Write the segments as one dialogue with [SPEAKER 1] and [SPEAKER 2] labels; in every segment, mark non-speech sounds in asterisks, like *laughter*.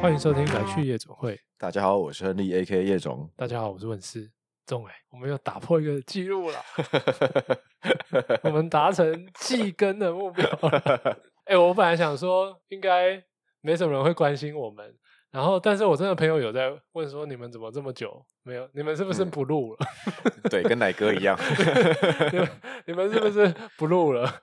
[SPEAKER 1] 欢迎收听《来去夜总会》。
[SPEAKER 2] 大家好，我是亨利 A.K.
[SPEAKER 1] *laughs*
[SPEAKER 2] 叶总。
[SPEAKER 1] 大家好，我是文思仲哎，我们又打破一个记录了，我们达成季更的目标了。哎、我本来想说应该没什么人会关心我们，然后但是我真的朋友有在问说你们怎么这么久没有？你们是不是
[SPEAKER 2] 嗯
[SPEAKER 1] 不录了？
[SPEAKER 2] 对，跟奶哥一样。
[SPEAKER 1] 你们你们是不是不录了？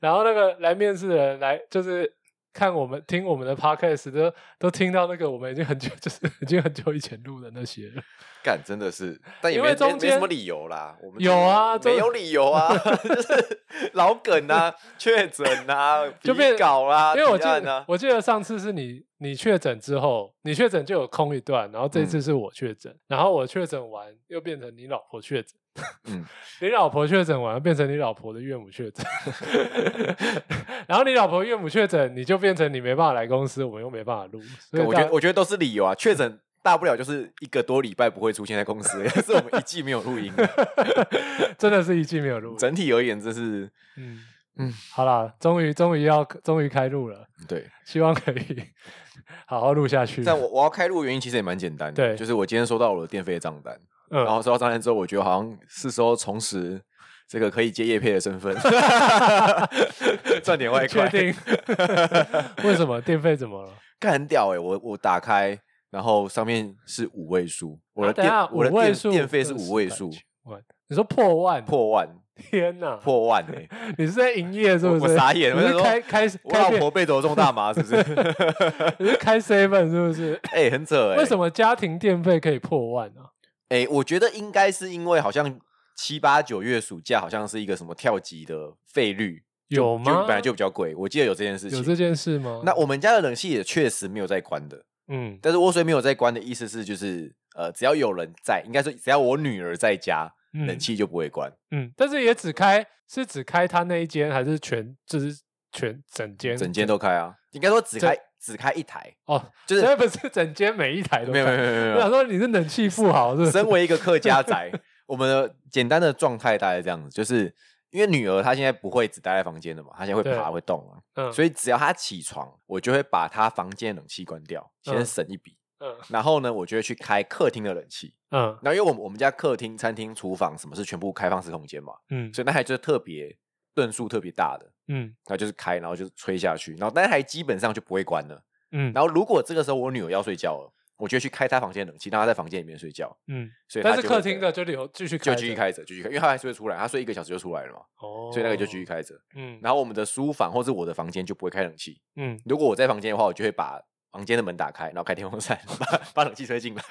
[SPEAKER 1] 然后那个来面试的人来就是看我们听我们的 podcast 都都听到那个我们已经很久就是已经很久以前录的那些了。
[SPEAKER 2] *laughs* 干，真的是，但也
[SPEAKER 1] 因
[SPEAKER 2] 没
[SPEAKER 1] 为
[SPEAKER 2] 没
[SPEAKER 1] 中
[SPEAKER 2] 没
[SPEAKER 1] 间
[SPEAKER 2] 什么理由啦。我们
[SPEAKER 1] 有啊
[SPEAKER 2] 没
[SPEAKER 1] 中
[SPEAKER 2] 有理由
[SPEAKER 1] *laughs*
[SPEAKER 2] 啊， *laughs* 就是老梗啊，确诊啊，
[SPEAKER 1] *laughs* 就
[SPEAKER 2] 比
[SPEAKER 1] 变
[SPEAKER 2] 稿啊，
[SPEAKER 1] 因为我
[SPEAKER 2] 提
[SPEAKER 1] 记
[SPEAKER 2] 案
[SPEAKER 1] 得、
[SPEAKER 2] 啊，
[SPEAKER 1] 我记得上次是你你确诊之后，你确诊就有空一段，然后这
[SPEAKER 2] 嗯
[SPEAKER 1] 次是我确诊，然后我确诊完又变成你老婆确诊，
[SPEAKER 2] 嗯，
[SPEAKER 1] *laughs* 你老婆确诊完又变成你老婆的岳母确
[SPEAKER 2] *laughs*
[SPEAKER 1] 诊，然后你老婆岳母确诊，你就变成你没办法来公司，我们又没办法录，所以
[SPEAKER 2] 我
[SPEAKER 1] 大
[SPEAKER 2] 觉得我觉得都是理由啊。确诊大不了就是一个多礼拜不会出现在公司， *laughs* 是我们一季没有录
[SPEAKER 1] *laughs*
[SPEAKER 2] 音啊。
[SPEAKER 1] 真的是一季没有
[SPEAKER 2] *laughs*
[SPEAKER 1] 录，
[SPEAKER 2] 整体而言，这是
[SPEAKER 1] 嗯
[SPEAKER 2] 嗯
[SPEAKER 1] 嗯，好啦，终于终于要终于开录了，
[SPEAKER 2] 嗯对。
[SPEAKER 1] 希望可以 *laughs* 好好录下去。
[SPEAKER 2] 但我我要开录的原因其实也蛮简单
[SPEAKER 1] 嗯
[SPEAKER 2] 的，
[SPEAKER 1] 对
[SPEAKER 2] 就是我今天收到我的电费账单，
[SPEAKER 1] 嗯
[SPEAKER 2] 然后收到账单之后，我觉得好像是时候重拾这个可以接业配的
[SPEAKER 1] *laughs*
[SPEAKER 2] 身份，赚点外
[SPEAKER 1] 确
[SPEAKER 2] 快。
[SPEAKER 1] 定？ *laughs* 为什么电费怎么了？
[SPEAKER 2] 干很屌哎、我我打开，然后上面是五位数，我的
[SPEAKER 1] 啊等一
[SPEAKER 2] 电、
[SPEAKER 1] 下
[SPEAKER 2] 我的
[SPEAKER 1] 五位
[SPEAKER 2] 电
[SPEAKER 1] 数
[SPEAKER 2] 电费是
[SPEAKER 1] 真的
[SPEAKER 2] 五位
[SPEAKER 1] 太 *laughs*
[SPEAKER 2] 数，
[SPEAKER 1] 奇怪，你说破万？
[SPEAKER 2] 破万
[SPEAKER 1] 天哪！
[SPEAKER 2] 破万
[SPEAKER 1] *laughs*
[SPEAKER 2] 哎、
[SPEAKER 1] 你是在营业是
[SPEAKER 2] 我
[SPEAKER 1] 不是？
[SPEAKER 2] 我傻眼
[SPEAKER 1] 你
[SPEAKER 2] 我
[SPEAKER 1] 是
[SPEAKER 2] 想说
[SPEAKER 1] 开开
[SPEAKER 2] 我
[SPEAKER 1] 开
[SPEAKER 2] 老
[SPEAKER 1] 店
[SPEAKER 2] 婆被夺中大麻是
[SPEAKER 1] *laughs*
[SPEAKER 2] 不是？
[SPEAKER 1] 你是开 seven 是不
[SPEAKER 2] *laughs*
[SPEAKER 1] 是？
[SPEAKER 2] 哎、很扯哎、
[SPEAKER 1] 为什么家庭电费可以破万啊？
[SPEAKER 2] 哎、我觉得应该是因为好像七八九月暑假好像是一个什么跳级的费率，就
[SPEAKER 1] 有
[SPEAKER 2] 就
[SPEAKER 1] 吗？
[SPEAKER 2] 本来就比较贵，我记得有这件事
[SPEAKER 1] 有这
[SPEAKER 2] 情。
[SPEAKER 1] 件事吗？
[SPEAKER 2] 那我们家的冷气也确实没有在关的，
[SPEAKER 1] 嗯
[SPEAKER 2] 但是我所以没有在关的意思是就是呃，只要有人在，应该说只要我女儿在家，
[SPEAKER 1] 嗯
[SPEAKER 2] 冷气就不会关。
[SPEAKER 1] 嗯，但是也只开是只开他那一间，还是全就是全整间
[SPEAKER 2] 整间都开啊，应该说只
[SPEAKER 1] 这
[SPEAKER 2] 开只开一台，
[SPEAKER 1] 哦，
[SPEAKER 2] 就是
[SPEAKER 1] 所以不是整间每一台都
[SPEAKER 2] 没有没有
[SPEAKER 1] 开
[SPEAKER 2] 没有没有
[SPEAKER 1] 我
[SPEAKER 2] 没
[SPEAKER 1] 想
[SPEAKER 2] 有。
[SPEAKER 1] 说你是冷气富豪是不是？
[SPEAKER 2] 身为一个客家宅，
[SPEAKER 1] *laughs*
[SPEAKER 2] 我们的简单的状态大概这样子，就是因为女儿她现在不会只待在房间的嘛，她现在会
[SPEAKER 1] 对
[SPEAKER 2] 爬会动啊，
[SPEAKER 1] 嗯
[SPEAKER 2] 所以只要她起床，我就会把她房间的冷气关掉，先
[SPEAKER 1] 嗯
[SPEAKER 2] 省一笔。
[SPEAKER 1] 嗯
[SPEAKER 2] 然后呢，我就会去开客厅的冷气。
[SPEAKER 1] 嗯
[SPEAKER 2] 那因为我们我们家客厅、餐厅、厨房什么是全部开放式空间嘛，
[SPEAKER 1] 嗯
[SPEAKER 2] 所以那台就是特别吨数特别大的，
[SPEAKER 1] 嗯
[SPEAKER 2] 然后就是开，然后就是吹下去，然后那台基本上就不会关了。
[SPEAKER 1] 嗯
[SPEAKER 2] 然后如果这个时候我女儿要睡觉了，我就会去开她房间的冷气，让她在房间里面睡觉。
[SPEAKER 1] 嗯，
[SPEAKER 2] 所以她
[SPEAKER 1] 但是
[SPEAKER 2] 就会
[SPEAKER 1] 客厅的就留继续
[SPEAKER 2] 就
[SPEAKER 1] 开，
[SPEAKER 2] 继续，开着，继续开，因为她还是会出来，她睡一个小时就出来了嘛，
[SPEAKER 1] 哦，
[SPEAKER 2] 所以那个就继续，开着。
[SPEAKER 1] 嗯
[SPEAKER 2] 然后我们的书房或是我的房间就不会开冷气。
[SPEAKER 1] 嗯， *laughs*
[SPEAKER 2] 如果我在房间的话，我就会把房间的门打开，然后开电风扇， *laughs* 把把冷气吹
[SPEAKER 1] *laughs*
[SPEAKER 2] 进来。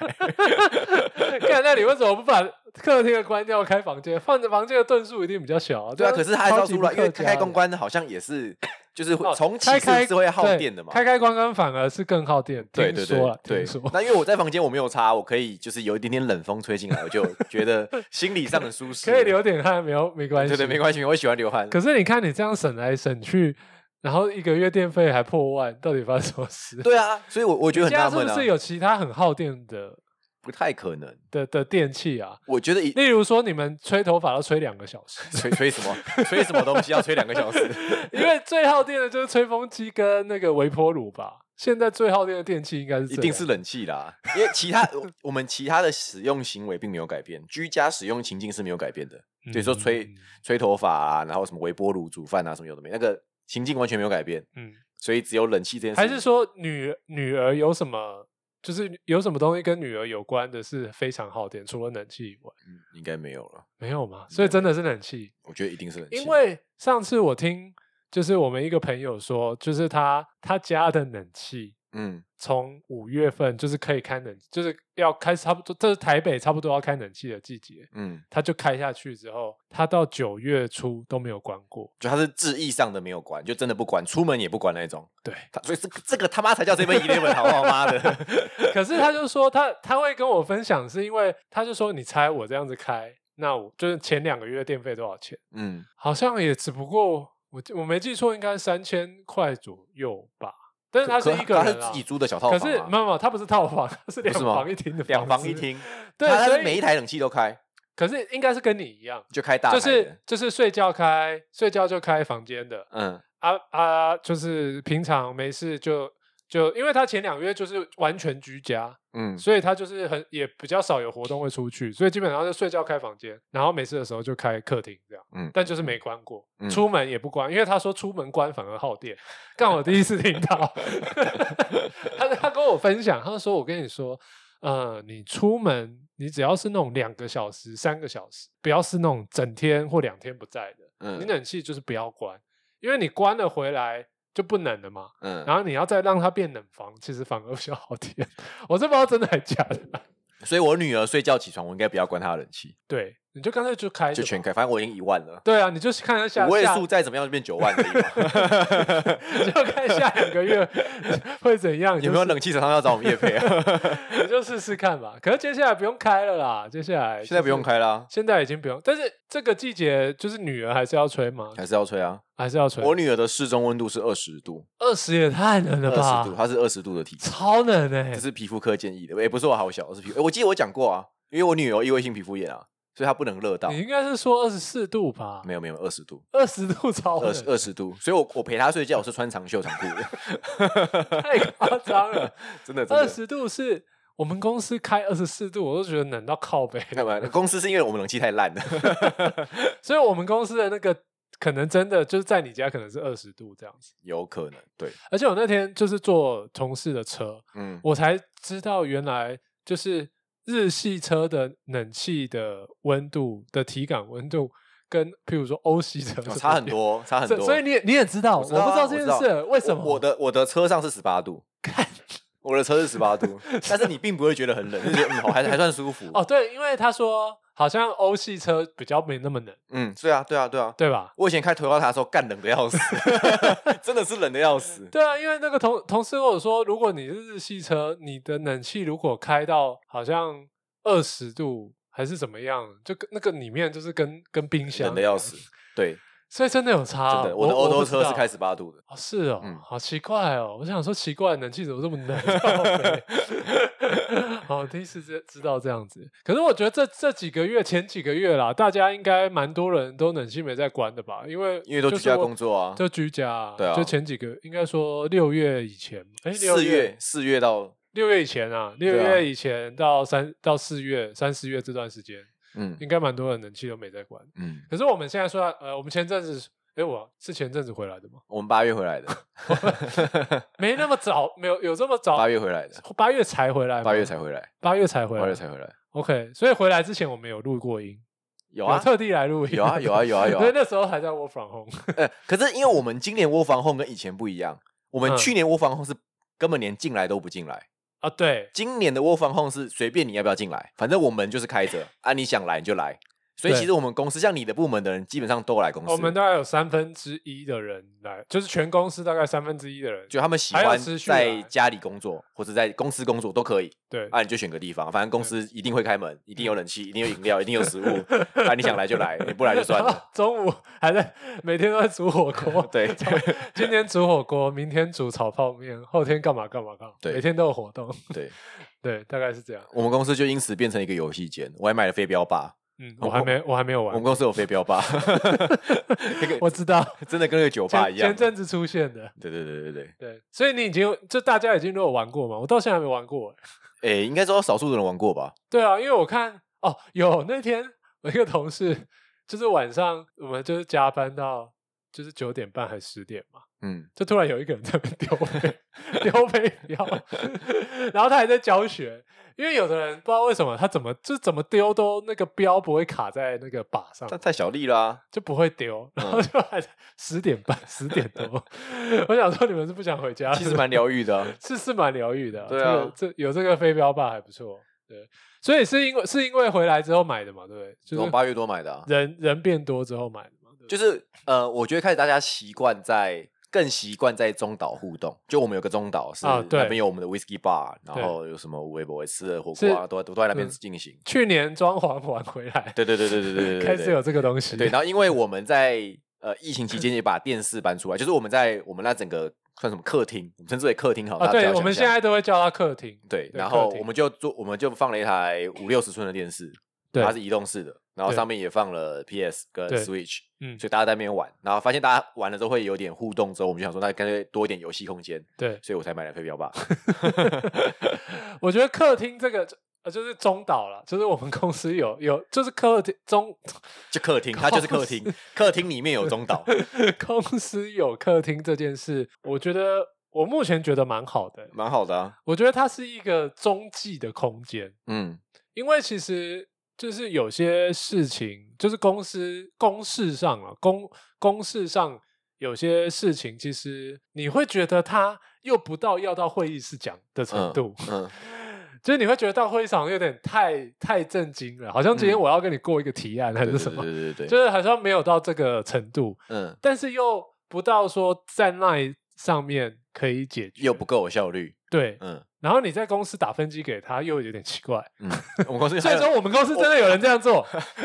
[SPEAKER 1] 看那你为什么不把客厅的关掉，开房间？放着房间的吨数一定比较小啊，
[SPEAKER 2] 对啊，
[SPEAKER 1] 这样
[SPEAKER 2] 可是它还是
[SPEAKER 1] 超
[SPEAKER 2] 要
[SPEAKER 1] 级
[SPEAKER 2] 出
[SPEAKER 1] 不
[SPEAKER 2] 来，因为
[SPEAKER 1] 客
[SPEAKER 2] 开
[SPEAKER 1] 家
[SPEAKER 2] 开
[SPEAKER 1] 的
[SPEAKER 2] 关关好像也是，就是会
[SPEAKER 1] 哦
[SPEAKER 2] 重启
[SPEAKER 1] 开开
[SPEAKER 2] 是是会耗
[SPEAKER 1] 对
[SPEAKER 2] 电的嘛。
[SPEAKER 1] 开开关关反而是更耗电，
[SPEAKER 2] 对
[SPEAKER 1] 听
[SPEAKER 2] 对
[SPEAKER 1] 说啊
[SPEAKER 2] 对
[SPEAKER 1] 听说 *laughs*
[SPEAKER 2] 对，那因为我在房间我没有插，我可以就是有一点点冷风吹进来，我就觉得心理上很舒适，
[SPEAKER 1] *laughs* 可以流点汗，没有没关
[SPEAKER 2] 对
[SPEAKER 1] 系，
[SPEAKER 2] 对对，没关系，我喜欢流汗。
[SPEAKER 1] 可是你看你这样省来省去，然后一个月电费还破万，到底发生什么事？
[SPEAKER 2] 对啊，所以我我觉得
[SPEAKER 1] 你
[SPEAKER 2] 很
[SPEAKER 1] 家
[SPEAKER 2] 纳
[SPEAKER 1] 是
[SPEAKER 2] 闷
[SPEAKER 1] 不
[SPEAKER 2] 啊
[SPEAKER 1] 是，有其他很耗电的
[SPEAKER 2] 不太可能。
[SPEAKER 1] 的的电器啊？
[SPEAKER 2] 我觉得一，
[SPEAKER 1] 例如说，你们吹头发要吹两个小时
[SPEAKER 2] 吹吹什么吹什么东西要吹两个小时，
[SPEAKER 1] *laughs* 因为最耗电的就是吹风机跟那个微波炉吧。现在最耗电的电器应该是这
[SPEAKER 2] 一定
[SPEAKER 1] 样
[SPEAKER 2] 是冷气啦，因为其他 *laughs* 我我们其他的使用行为并没有改变，居家使用情境是没有改变的。比如说吹吹头发啊，然后什么微波炉煮饭啊，什么有的没，那个情境完全没有改变，
[SPEAKER 1] 嗯，嗯
[SPEAKER 2] 所以只有冷气这件事。
[SPEAKER 1] 还是说女女儿有什么？就是有什么东西跟女儿有关的是非常耗电，除了冷气以外，
[SPEAKER 2] 嗯应该没有了？
[SPEAKER 1] 没有吗？所以真的是冷气。
[SPEAKER 2] 我觉得一定是冷气，
[SPEAKER 1] 因为上次我听就是我们一个朋友说，就是他他家的冷气
[SPEAKER 2] 嗯。
[SPEAKER 1] 从五月份就是可以开冷，就是要开差不多，这是台北差不多要开冷气的季节，
[SPEAKER 2] 嗯，
[SPEAKER 1] 他就开下去之后，他到九月初都没有关过。
[SPEAKER 2] 就它是字义上的没有关，就真的不关，出门也不关那种。 *laughs*
[SPEAKER 1] 对，
[SPEAKER 2] 它所以这这个他妈才叫这份 eleven 好不好？妈的，
[SPEAKER 1] *laughs* 可是他就说他他会跟我分享，是因为他就说你猜我这样子开，那我就是前两个月的电费多少钱？
[SPEAKER 2] 嗯，
[SPEAKER 1] 好像也只不过我记我没记错，应该三千块左右吧。 *laughs* 但是他是
[SPEAKER 2] 可
[SPEAKER 1] 一个
[SPEAKER 2] 他
[SPEAKER 1] 人
[SPEAKER 2] 是
[SPEAKER 1] 啊
[SPEAKER 2] 自己租的小套
[SPEAKER 1] 可
[SPEAKER 2] 房、啊，
[SPEAKER 1] 是没有没有，它不是套房，它是两
[SPEAKER 2] 不是吗
[SPEAKER 1] 房一厅的
[SPEAKER 2] 两房一
[SPEAKER 1] 子。
[SPEAKER 2] 厅，
[SPEAKER 1] 对，
[SPEAKER 2] 他他
[SPEAKER 1] 所
[SPEAKER 2] 是
[SPEAKER 1] 以
[SPEAKER 2] 每一台冷气都开，
[SPEAKER 1] 可是应该是跟你一样，
[SPEAKER 2] 就开大台
[SPEAKER 1] 就
[SPEAKER 2] 的，
[SPEAKER 1] 是就是睡觉开睡觉就开房间的
[SPEAKER 2] 嗯
[SPEAKER 1] 啊啊，就是平常没事就就因为他前两个月就是完全居家，
[SPEAKER 2] 嗯，
[SPEAKER 1] 所以他就是很也比较少有活动会出去，所以基本上就睡觉开房间，然后没事的时候就开客厅这样。
[SPEAKER 2] 嗯
[SPEAKER 1] 但就是没关过，
[SPEAKER 2] 嗯
[SPEAKER 1] 出门也不关，因为他说出门关反而耗电。干我第一次听到， *laughs* 他他跟我分享，他说我跟你说，呃，你出门你只要是那种两个小时、三个小时，不要是那种整天或两天不在的，你
[SPEAKER 2] 嗯
[SPEAKER 1] 冷气就是不要关，因为你关了回来就不冷了嘛。
[SPEAKER 2] 嗯，
[SPEAKER 1] 然后你要再让它变冷房，其实反而比较好点。我这不知道真的还假的。
[SPEAKER 2] 所以我女儿睡觉起床，我应该不要关她的冷气，
[SPEAKER 1] 对，你就干脆就开着
[SPEAKER 2] 就
[SPEAKER 1] 吧
[SPEAKER 2] 全。开，反正我已经一万了。
[SPEAKER 1] 对啊，你就看它下
[SPEAKER 2] 五位
[SPEAKER 1] 下，
[SPEAKER 2] 数再怎么样就变九万而已
[SPEAKER 1] *laughs*
[SPEAKER 2] 嘛
[SPEAKER 1] 你就看下两个月 *laughs* 会怎样。你
[SPEAKER 2] 有没有
[SPEAKER 1] 就
[SPEAKER 2] 冷气厂商要找我们叶配
[SPEAKER 1] *laughs*
[SPEAKER 2] 啊？
[SPEAKER 1] 试你就试试看吧。可是接下来不用开了啦，接下来
[SPEAKER 2] 现在不用
[SPEAKER 1] 就是，*laughs*
[SPEAKER 2] 开啦，
[SPEAKER 1] 现在已经不用。但是这个季节就是女儿还是要吹吗？
[SPEAKER 2] 还是要吹啊。
[SPEAKER 1] 还是要吹？
[SPEAKER 2] 我女儿的室中温度是二十度，
[SPEAKER 1] 二十也太冷了
[SPEAKER 2] 二十度，
[SPEAKER 1] 吧，
[SPEAKER 2] 她是二十度的体质，
[SPEAKER 1] 超冷哎、
[SPEAKER 2] 这是皮肤科建议的，也不是我好小，是皮肤。诶我记得我讲过啊，因为我女儿有异位性皮肤炎啊，所以她不能热到
[SPEAKER 1] 你。应该是说二十四度吧？
[SPEAKER 2] 没有没有，二十度，
[SPEAKER 1] 二十度超
[SPEAKER 2] 二
[SPEAKER 1] 冷，
[SPEAKER 2] 十二十度，所以我我陪她睡觉，我是穿长袖长裤的，
[SPEAKER 1] 太夸张了。
[SPEAKER 2] 真的真
[SPEAKER 1] 二
[SPEAKER 2] 的。
[SPEAKER 1] 十度是我们公司开二十四度，我都觉得冷到靠背。
[SPEAKER 2] 看吧，公司是因为我们冷气太烂了，
[SPEAKER 1] *laughs* 所以我们公司的那个可能真的就是在你家可能是二十度这样子。
[SPEAKER 2] 有可能对，
[SPEAKER 1] 而且我那天就是坐同事的车，
[SPEAKER 2] 嗯，
[SPEAKER 1] 我才知道原来就是日系车的冷气的温度的体感温度跟譬如说欧系车是不一样
[SPEAKER 2] 差很。多，差很
[SPEAKER 1] 所
[SPEAKER 2] 多。
[SPEAKER 1] 以所以你也你也知道，我
[SPEAKER 2] 我知道啊
[SPEAKER 1] 不知道这件
[SPEAKER 2] 我知
[SPEAKER 1] 事为什么
[SPEAKER 2] 我我的我的车上是十八度， *laughs* 我的车是十八度，但是你并不会觉得很冷，就觉得嗯，好还还算舒服。
[SPEAKER 1] 哦，对，因为他说好像欧系车比较没那么冷，
[SPEAKER 2] 嗯，对啊，对啊，对啊。
[SPEAKER 1] 对吧？
[SPEAKER 2] 我以前开 Toyota 的时候，干冷的要死， *laughs* 真的是冷的要死。 *laughs*
[SPEAKER 1] 对啊，因为那个同同事跟我说，如果你是日系车，你的冷气如果开到好像二十度还是怎么样，就跟那个里面就是跟跟冰箱
[SPEAKER 2] 冷的要死
[SPEAKER 1] 一样，
[SPEAKER 2] 对，
[SPEAKER 1] 所以真的有差哦、
[SPEAKER 2] 真的，我的欧洲车是开
[SPEAKER 1] 始
[SPEAKER 2] 十八度的。
[SPEAKER 1] 哦，是哦，
[SPEAKER 2] 嗯
[SPEAKER 1] 好奇怪哦，我想说奇怪，冷气怎么这么冷靠
[SPEAKER 2] *laughs*
[SPEAKER 1] 北？哦，第一次知知道这样子，可是我觉得这这几个月前几个月啦，大家应该蛮多人都冷气没在关的吧，因为
[SPEAKER 2] 因为都居
[SPEAKER 1] 就是
[SPEAKER 2] 家
[SPEAKER 1] 我
[SPEAKER 2] 工作啊，
[SPEAKER 1] 就居家、啊，
[SPEAKER 2] 对啊
[SPEAKER 1] 就前几个应该说六月以前，哎，六
[SPEAKER 2] 四月四月到
[SPEAKER 1] 六月以前啊，六
[SPEAKER 2] 对啊
[SPEAKER 1] 月以前到三、到四月、三四月这段时间，
[SPEAKER 2] 嗯
[SPEAKER 1] 应该蛮多人冷气都没在关。
[SPEAKER 2] 嗯，
[SPEAKER 1] 可是我们现在说，呃，我们前阵子，哎，我是前阵子回来的吗？
[SPEAKER 2] 我们八月回来的，
[SPEAKER 1] 没那么早，没有有这么早，
[SPEAKER 2] 八月回来的，
[SPEAKER 1] 八月才回来吗，
[SPEAKER 2] 八月才回来，
[SPEAKER 1] 八月才回
[SPEAKER 2] 八
[SPEAKER 1] 来
[SPEAKER 2] 月才回来。
[SPEAKER 1] ，OK。所以回来之前我们有录过音，
[SPEAKER 2] 有啊，
[SPEAKER 1] 特地来录音，
[SPEAKER 2] 有啊，有啊，有
[SPEAKER 1] *laughs*
[SPEAKER 2] 啊，有啊
[SPEAKER 1] 所以。那时候还在 work from home，
[SPEAKER 2] 呃，可是因为我们今年窝房控跟以前不一样，我们
[SPEAKER 1] 嗯
[SPEAKER 2] 去年窝房控是根本连进来都不进来，
[SPEAKER 1] 啊，对，
[SPEAKER 2] 今年的窝房控是随便你要不要进来，反正我们就是开着，啊，你想来你就来。所以
[SPEAKER 1] 对
[SPEAKER 2] 其实我们公司像你的部门的人，基本上都来公司，
[SPEAKER 1] 我们大概有三分之一的人来，就是全公司大概三分之一的人，
[SPEAKER 2] 就他们喜
[SPEAKER 1] 还有
[SPEAKER 2] 欢
[SPEAKER 1] 持续
[SPEAKER 2] 在
[SPEAKER 1] 来
[SPEAKER 2] 家里工作或者在公司工作都可以，
[SPEAKER 1] 对，
[SPEAKER 2] 啊，你就选个地方，反正公司一定会开门，一定
[SPEAKER 1] 嗯
[SPEAKER 2] 有冷气，一定有饮料，一定有食物，啊，你想来就来，你不来就算
[SPEAKER 1] 然后 *laughs*
[SPEAKER 2] 了。，
[SPEAKER 1] 中午还在每天都在煮火锅
[SPEAKER 2] *laughs* 对
[SPEAKER 1] *laughs* 今天煮火锅，明天煮炒泡面，后天干嘛干嘛干嘛，
[SPEAKER 2] 对
[SPEAKER 1] 每天都有活动，
[SPEAKER 2] 对，
[SPEAKER 1] 对，大概是这样。
[SPEAKER 2] 我们公司就因此变成一个游戏间，我还买了飞镖吧，
[SPEAKER 1] 嗯，
[SPEAKER 2] 我
[SPEAKER 1] 我还没我还没有
[SPEAKER 2] 我
[SPEAKER 1] 玩
[SPEAKER 2] 们，公司有飞镖吧，
[SPEAKER 1] *laughs*
[SPEAKER 2] 那个
[SPEAKER 1] 我知道
[SPEAKER 2] *laughs* 真的跟那个酒吧
[SPEAKER 1] 前
[SPEAKER 2] 一样
[SPEAKER 1] 前。阵子出现的，
[SPEAKER 2] 对对对对对，
[SPEAKER 1] 对，所以你已经就大家已经都有玩过嘛，我到现在还没玩过欸，
[SPEAKER 2] 诶、应该说少数的人玩过吧？
[SPEAKER 1] 对啊，因为我看哦，有那天我一个同事就是晚上我们就是加班到就是九点半还十点嘛。
[SPEAKER 2] 嗯，
[SPEAKER 1] 就突然有一个人在那边丢杯 *laughs* 丢杯标， *laughs* 然后他还在教学，因为有的人不知道为什么他怎么就怎么丢都那个标不会卡在那个把上
[SPEAKER 2] 但，太小力啦、
[SPEAKER 1] 就不会丢，
[SPEAKER 2] 嗯
[SPEAKER 1] 然后就
[SPEAKER 2] *laughs*
[SPEAKER 1] 还十点半十点多， *laughs* 我想说你们是不想回家，
[SPEAKER 2] 其实蛮疗愈的啊、
[SPEAKER 1] *laughs* 是是蛮疗愈的啊，
[SPEAKER 2] 对啊
[SPEAKER 1] 这个这有这个飞镖吧还不错，对，所以是因为是因为回来之后买的嘛，对不对？
[SPEAKER 2] 我
[SPEAKER 1] 就
[SPEAKER 2] 们
[SPEAKER 1] 是
[SPEAKER 2] 八月多买的、啊，
[SPEAKER 1] 人人变多之后买的嘛，对不对
[SPEAKER 2] 就是呃，我觉得开始大家习惯在更习惯在中岛互动，就我们有个中岛是
[SPEAKER 1] 啊对
[SPEAKER 2] 那边有我们的 whisky bar，然
[SPEAKER 1] 对
[SPEAKER 2] 后有什么微博吃的火锅啊，
[SPEAKER 1] 是
[SPEAKER 2] 都都在那边
[SPEAKER 1] 嗯
[SPEAKER 2] 进行。
[SPEAKER 1] 去年装潢完回来，
[SPEAKER 2] 对对对对对对对对，
[SPEAKER 1] *laughs* 开始有这个嗯东西，
[SPEAKER 2] 对，然后因为我们在呃疫情期间也把电视搬出来，就是我们在我们那整个算什么客厅，我们称之为客厅好了，
[SPEAKER 1] 啊，
[SPEAKER 2] 大家不
[SPEAKER 1] 对，
[SPEAKER 2] 要
[SPEAKER 1] 我
[SPEAKER 2] 想
[SPEAKER 1] 们
[SPEAKER 2] 象
[SPEAKER 1] 现在都会叫它客厅。对
[SPEAKER 2] 对，然
[SPEAKER 1] 客
[SPEAKER 2] 后
[SPEAKER 1] 厅
[SPEAKER 2] 我们就做，我们就放了一台五六十寸的电视，
[SPEAKER 1] 对
[SPEAKER 2] 它是移动式的，然后
[SPEAKER 1] 对
[SPEAKER 2] 上面也放了 PS 跟
[SPEAKER 1] 对
[SPEAKER 2] Switch，
[SPEAKER 1] 嗯
[SPEAKER 2] 所以大家在那边玩，然后发现大家玩了之后会有点互动，之后我们就想说，那干脆多一点游戏空间，
[SPEAKER 1] 对， *laughs*
[SPEAKER 2] 所以我才买了飞镖吧。 *laughs*
[SPEAKER 1] 我觉得客厅这个就呃就是中岛了，就是我们公司有有就是客厅中 *laughs*
[SPEAKER 2] 就客厅，它就是客厅，客厅里面有中岛，
[SPEAKER 1] 公司有客厅这件事，我觉得我目前觉得蛮好的、
[SPEAKER 2] 蛮好的啊。
[SPEAKER 1] 我觉得它是一个中继的空间，
[SPEAKER 2] 嗯，
[SPEAKER 1] 因为其实就是有些事情，就是公司公事上啊，公公事上有些事情，其实你会觉得它又不到要到会议室讲的程度，
[SPEAKER 2] 嗯
[SPEAKER 1] 就是你会觉得到会议场有点太太震惊了，好像今天
[SPEAKER 2] 嗯
[SPEAKER 1] 我要跟你过一个提案还是
[SPEAKER 2] 对对
[SPEAKER 1] 什
[SPEAKER 2] 对
[SPEAKER 1] 么，
[SPEAKER 2] 对对
[SPEAKER 1] 就
[SPEAKER 2] 对，
[SPEAKER 1] 是好像没有到这个程度，
[SPEAKER 2] 嗯，
[SPEAKER 1] 但是又不到说在那上面可以解决，
[SPEAKER 2] 又不够有效率，
[SPEAKER 1] 对，
[SPEAKER 2] 嗯
[SPEAKER 1] 然后你在公司打分机给他又有点奇
[SPEAKER 2] *laughs*
[SPEAKER 1] 怪，
[SPEAKER 2] 嗯，我们公
[SPEAKER 1] *laughs*
[SPEAKER 2] 司
[SPEAKER 1] 所以
[SPEAKER 2] 还有
[SPEAKER 1] 说我们公司真的有人这样
[SPEAKER 2] *laughs*
[SPEAKER 1] 做，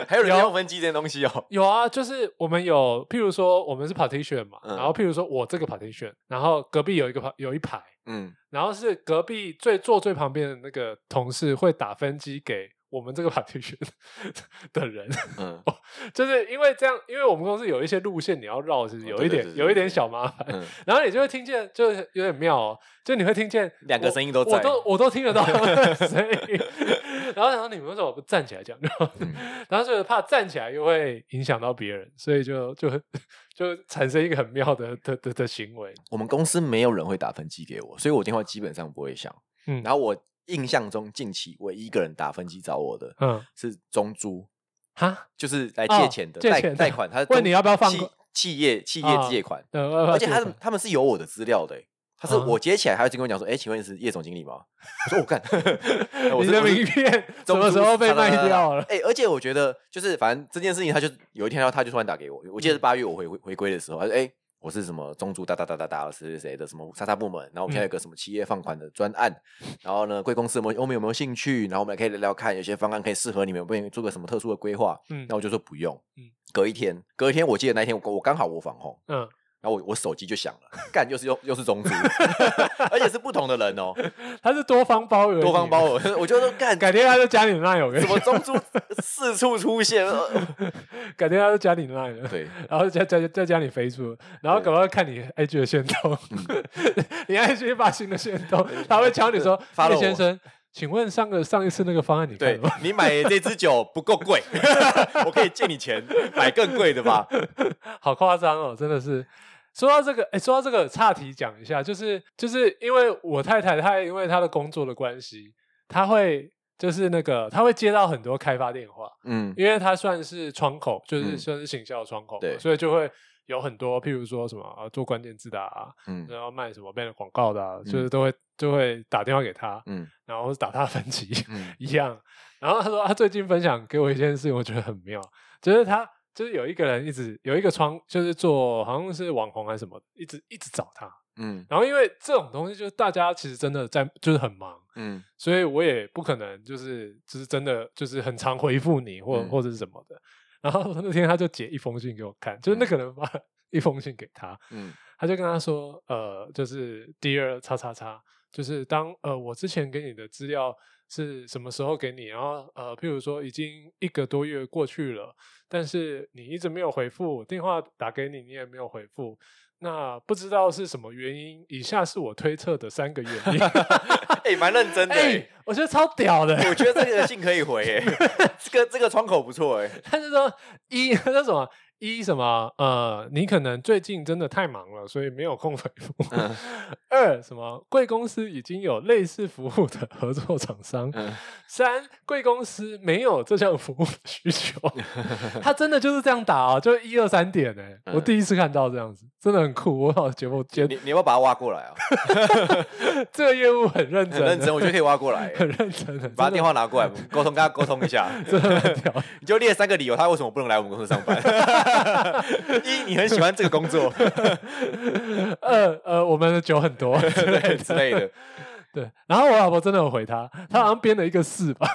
[SPEAKER 2] 还有人
[SPEAKER 1] 有
[SPEAKER 2] 用分机这些东
[SPEAKER 1] *laughs*
[SPEAKER 2] 西哦，
[SPEAKER 1] 有啊，就是我们有，譬如说我们是 partition 嘛，
[SPEAKER 2] 嗯
[SPEAKER 1] 然后譬如说我这个 partition，然后隔壁有一个 par- 有一排，
[SPEAKER 2] 嗯
[SPEAKER 1] 然后是隔壁最坐最旁边的那个同事会打分机给我们这个 *laughs* partition 的人， *laughs*
[SPEAKER 2] 嗯
[SPEAKER 1] 就是因为这样，因为我们公司有一些路线你要绕，是
[SPEAKER 2] 哦
[SPEAKER 1] 有
[SPEAKER 2] 对
[SPEAKER 1] 一
[SPEAKER 2] 对
[SPEAKER 1] 点
[SPEAKER 2] 对对
[SPEAKER 1] 有一
[SPEAKER 2] 对
[SPEAKER 1] 点小麻烦，
[SPEAKER 2] 嗯，
[SPEAKER 1] 然后你就会听见，就是有点妙哦，就你会听见
[SPEAKER 2] 两个
[SPEAKER 1] 我
[SPEAKER 2] 声音都在
[SPEAKER 1] 我都我都听得到声音。 *laughs* 然后然后你们为什么不站起来讲？
[SPEAKER 2] 嗯
[SPEAKER 1] *laughs* 然后就是怕站起来又会影响到别人，所以就就 *laughs* 就产生一个很妙的的的的行为。
[SPEAKER 2] 我们公司没有人会打分机给我，所以我电话基本上不会响。
[SPEAKER 1] 嗯
[SPEAKER 2] 然后我印象中近期唯一一个人打分机找我的
[SPEAKER 1] 嗯，
[SPEAKER 2] 是中珠，
[SPEAKER 1] 哈，
[SPEAKER 2] 就是来
[SPEAKER 1] 哦
[SPEAKER 2] 借钱的，
[SPEAKER 1] 借
[SPEAKER 2] 贷
[SPEAKER 1] 钱的
[SPEAKER 2] 贷
[SPEAKER 1] *laughs*
[SPEAKER 2] 款，他是
[SPEAKER 1] 问
[SPEAKER 2] 中
[SPEAKER 1] 你要不要放
[SPEAKER 2] 企
[SPEAKER 1] 过
[SPEAKER 2] 企业企业
[SPEAKER 1] 哦 *laughs*
[SPEAKER 2] 借款，
[SPEAKER 1] 呃，
[SPEAKER 2] 而且他
[SPEAKER 1] 他
[SPEAKER 2] 是他们是有我的资料的欸、他是
[SPEAKER 1] 啊
[SPEAKER 2] 我接起来，他就跟我讲说：“哎、请问你是叶总经理吗？”我说：“
[SPEAKER 1] *laughs*
[SPEAKER 2] 我干，我
[SPEAKER 1] 你
[SPEAKER 2] 是
[SPEAKER 1] 的
[SPEAKER 2] 哎我是
[SPEAKER 1] 名片什
[SPEAKER 2] 中
[SPEAKER 1] 么
[SPEAKER 2] 珠
[SPEAKER 1] 时候被
[SPEAKER 2] 哒哒
[SPEAKER 1] 卖
[SPEAKER 2] 哒哒
[SPEAKER 1] 掉
[SPEAKER 2] *laughs*
[SPEAKER 1] 了？
[SPEAKER 2] 哎、而且我觉得就是反正这件事情，他就有一天他他就突然打给我，我记
[SPEAKER 1] 嗯
[SPEAKER 2] 得是八月我回回回归的时候，他说：“哎、我是什么中珠哒哒哒哒哒谁谁谁的什么叉叉部门，然后我们
[SPEAKER 1] 嗯
[SPEAKER 2] 现在有个什么企业放款的专案，然后呢贵公司有没有我们有没有兴趣？然后我们可以聊聊看，有些方案可以适合你们，不愿做个什么特殊的规划。”
[SPEAKER 1] 嗯
[SPEAKER 2] 那我就说不用。
[SPEAKER 1] 嗯
[SPEAKER 2] 隔一天，隔一天我记得那一天我我刚好我访红。
[SPEAKER 1] 嗯，
[SPEAKER 2] 然后我我手机就响了，干又是又又是中
[SPEAKER 1] *laughs*
[SPEAKER 2] 珠，而且是不同的人哦，
[SPEAKER 1] 他是多方包围，
[SPEAKER 2] 多方包，围，我就说干
[SPEAKER 1] 改天他就加你 line，我跟你
[SPEAKER 2] 怎么
[SPEAKER 1] 说，
[SPEAKER 2] 中珠四处出现， *laughs* 呃
[SPEAKER 1] 改天他就加你 line 了。
[SPEAKER 2] 对，
[SPEAKER 1] 然后再再再加你飞出，然后
[SPEAKER 2] 对嗯
[SPEAKER 1] 搞不好看你 IG 的线动， *laughs* 你 IG 发新的线动，他会敲你说：“
[SPEAKER 2] 发了
[SPEAKER 1] 叶
[SPEAKER 2] 我
[SPEAKER 1] 先生，请问上个上一次那个方案你看
[SPEAKER 2] 对
[SPEAKER 1] 了吗
[SPEAKER 2] 你买这支酒不够贵， *laughs* 我可以借你钱买更贵的
[SPEAKER 1] *laughs*
[SPEAKER 2] 吧？？”
[SPEAKER 1] 好夸张哦，真的是。说到这个，哎，说到这个，岔题讲一下，就是就是因为我太太她因为她的工作的关系，她会就是那个她会接到很多开发电话，
[SPEAKER 2] 嗯
[SPEAKER 1] 因为它算是窗口，就是
[SPEAKER 2] 嗯
[SPEAKER 1] 算是行销窗口嘛，
[SPEAKER 2] 对
[SPEAKER 1] 所以就会有很多，譬如说什么、呃、做关键字的啊，
[SPEAKER 2] 嗯
[SPEAKER 1] 然后卖什么 b a n 广告的、啊，
[SPEAKER 2] 嗯
[SPEAKER 1] 就是都会就会打电话给他，
[SPEAKER 2] 嗯
[SPEAKER 1] 然后打他的分歧
[SPEAKER 2] 嗯
[SPEAKER 1] *laughs* 一样。然后他说他最近分享给我一件事情，我觉得很妙，就是他就是有一个人一直有一个窗，就是做好像是网红还是什么的，一直一直找他。
[SPEAKER 2] 嗯
[SPEAKER 1] 然后因为这种东西，就是大家其实真的在就是很忙，
[SPEAKER 2] 嗯
[SPEAKER 1] 所以我也不可能就是就是真的就是很常回复你或、
[SPEAKER 2] 嗯
[SPEAKER 1] 或者是什么的。然后那天他就截一封信给我看，就是那个人发一封信给他， *laughs*
[SPEAKER 2] 嗯
[SPEAKER 1] 他就跟他说，呃，就是 Dear 叉叉叉，就是当呃我之前给你的资料是什么时候给你，然后呃譬如说已经一个多月过去了，但是你一直没有回复，电话打给你你也没有回复，那不知道是什么原因，以下是我推测的三个原因。 *laughs*
[SPEAKER 2] 哎，蛮认真的
[SPEAKER 1] 哎、
[SPEAKER 2] 欸。
[SPEAKER 1] 我觉得超屌的。
[SPEAKER 2] 我觉得这个信可以回欸，这个这个窗口不错哎。
[SPEAKER 1] 他就说一那什么一什么呃，你可能最近真的太忙了，所以没有空回复。
[SPEAKER 2] 嗯
[SPEAKER 1] 二什么贵公司已经有类似服务的合作厂商。
[SPEAKER 2] 嗯
[SPEAKER 1] *laughs* 三贵公司没有这项服务的需
[SPEAKER 2] *laughs*
[SPEAKER 1] 求。他真的就是这样打哦，就是一二三点哎、我
[SPEAKER 2] 嗯
[SPEAKER 1] 第一次看到这样子，真的很酷。我好觉得我觉
[SPEAKER 2] 你
[SPEAKER 1] 得
[SPEAKER 2] 你要不要把他挖过来
[SPEAKER 1] *laughs*
[SPEAKER 2] 啊？
[SPEAKER 1] 这个业务很认
[SPEAKER 2] 很
[SPEAKER 1] 真，
[SPEAKER 2] 认真，，我觉得可以挖过
[SPEAKER 1] *laughs*
[SPEAKER 2] 来欸。
[SPEAKER 1] 很认真的，真
[SPEAKER 2] 把他
[SPEAKER 1] 的
[SPEAKER 2] 电话拿过来，我们沟通跟他沟通一下。
[SPEAKER 1] *laughs* 真的很屌。
[SPEAKER 2] 你就列三个理由，他为什么不能来我们公司上
[SPEAKER 1] *laughs*
[SPEAKER 2] 班？一，你很喜欢这个工作
[SPEAKER 1] *laughs* 二呃，我们的酒很
[SPEAKER 2] *laughs*
[SPEAKER 1] 多之类的
[SPEAKER 2] 之类的。
[SPEAKER 1] 对，然后我老婆真的有回他，她好像编了一个四
[SPEAKER 2] *laughs*
[SPEAKER 1] 吧，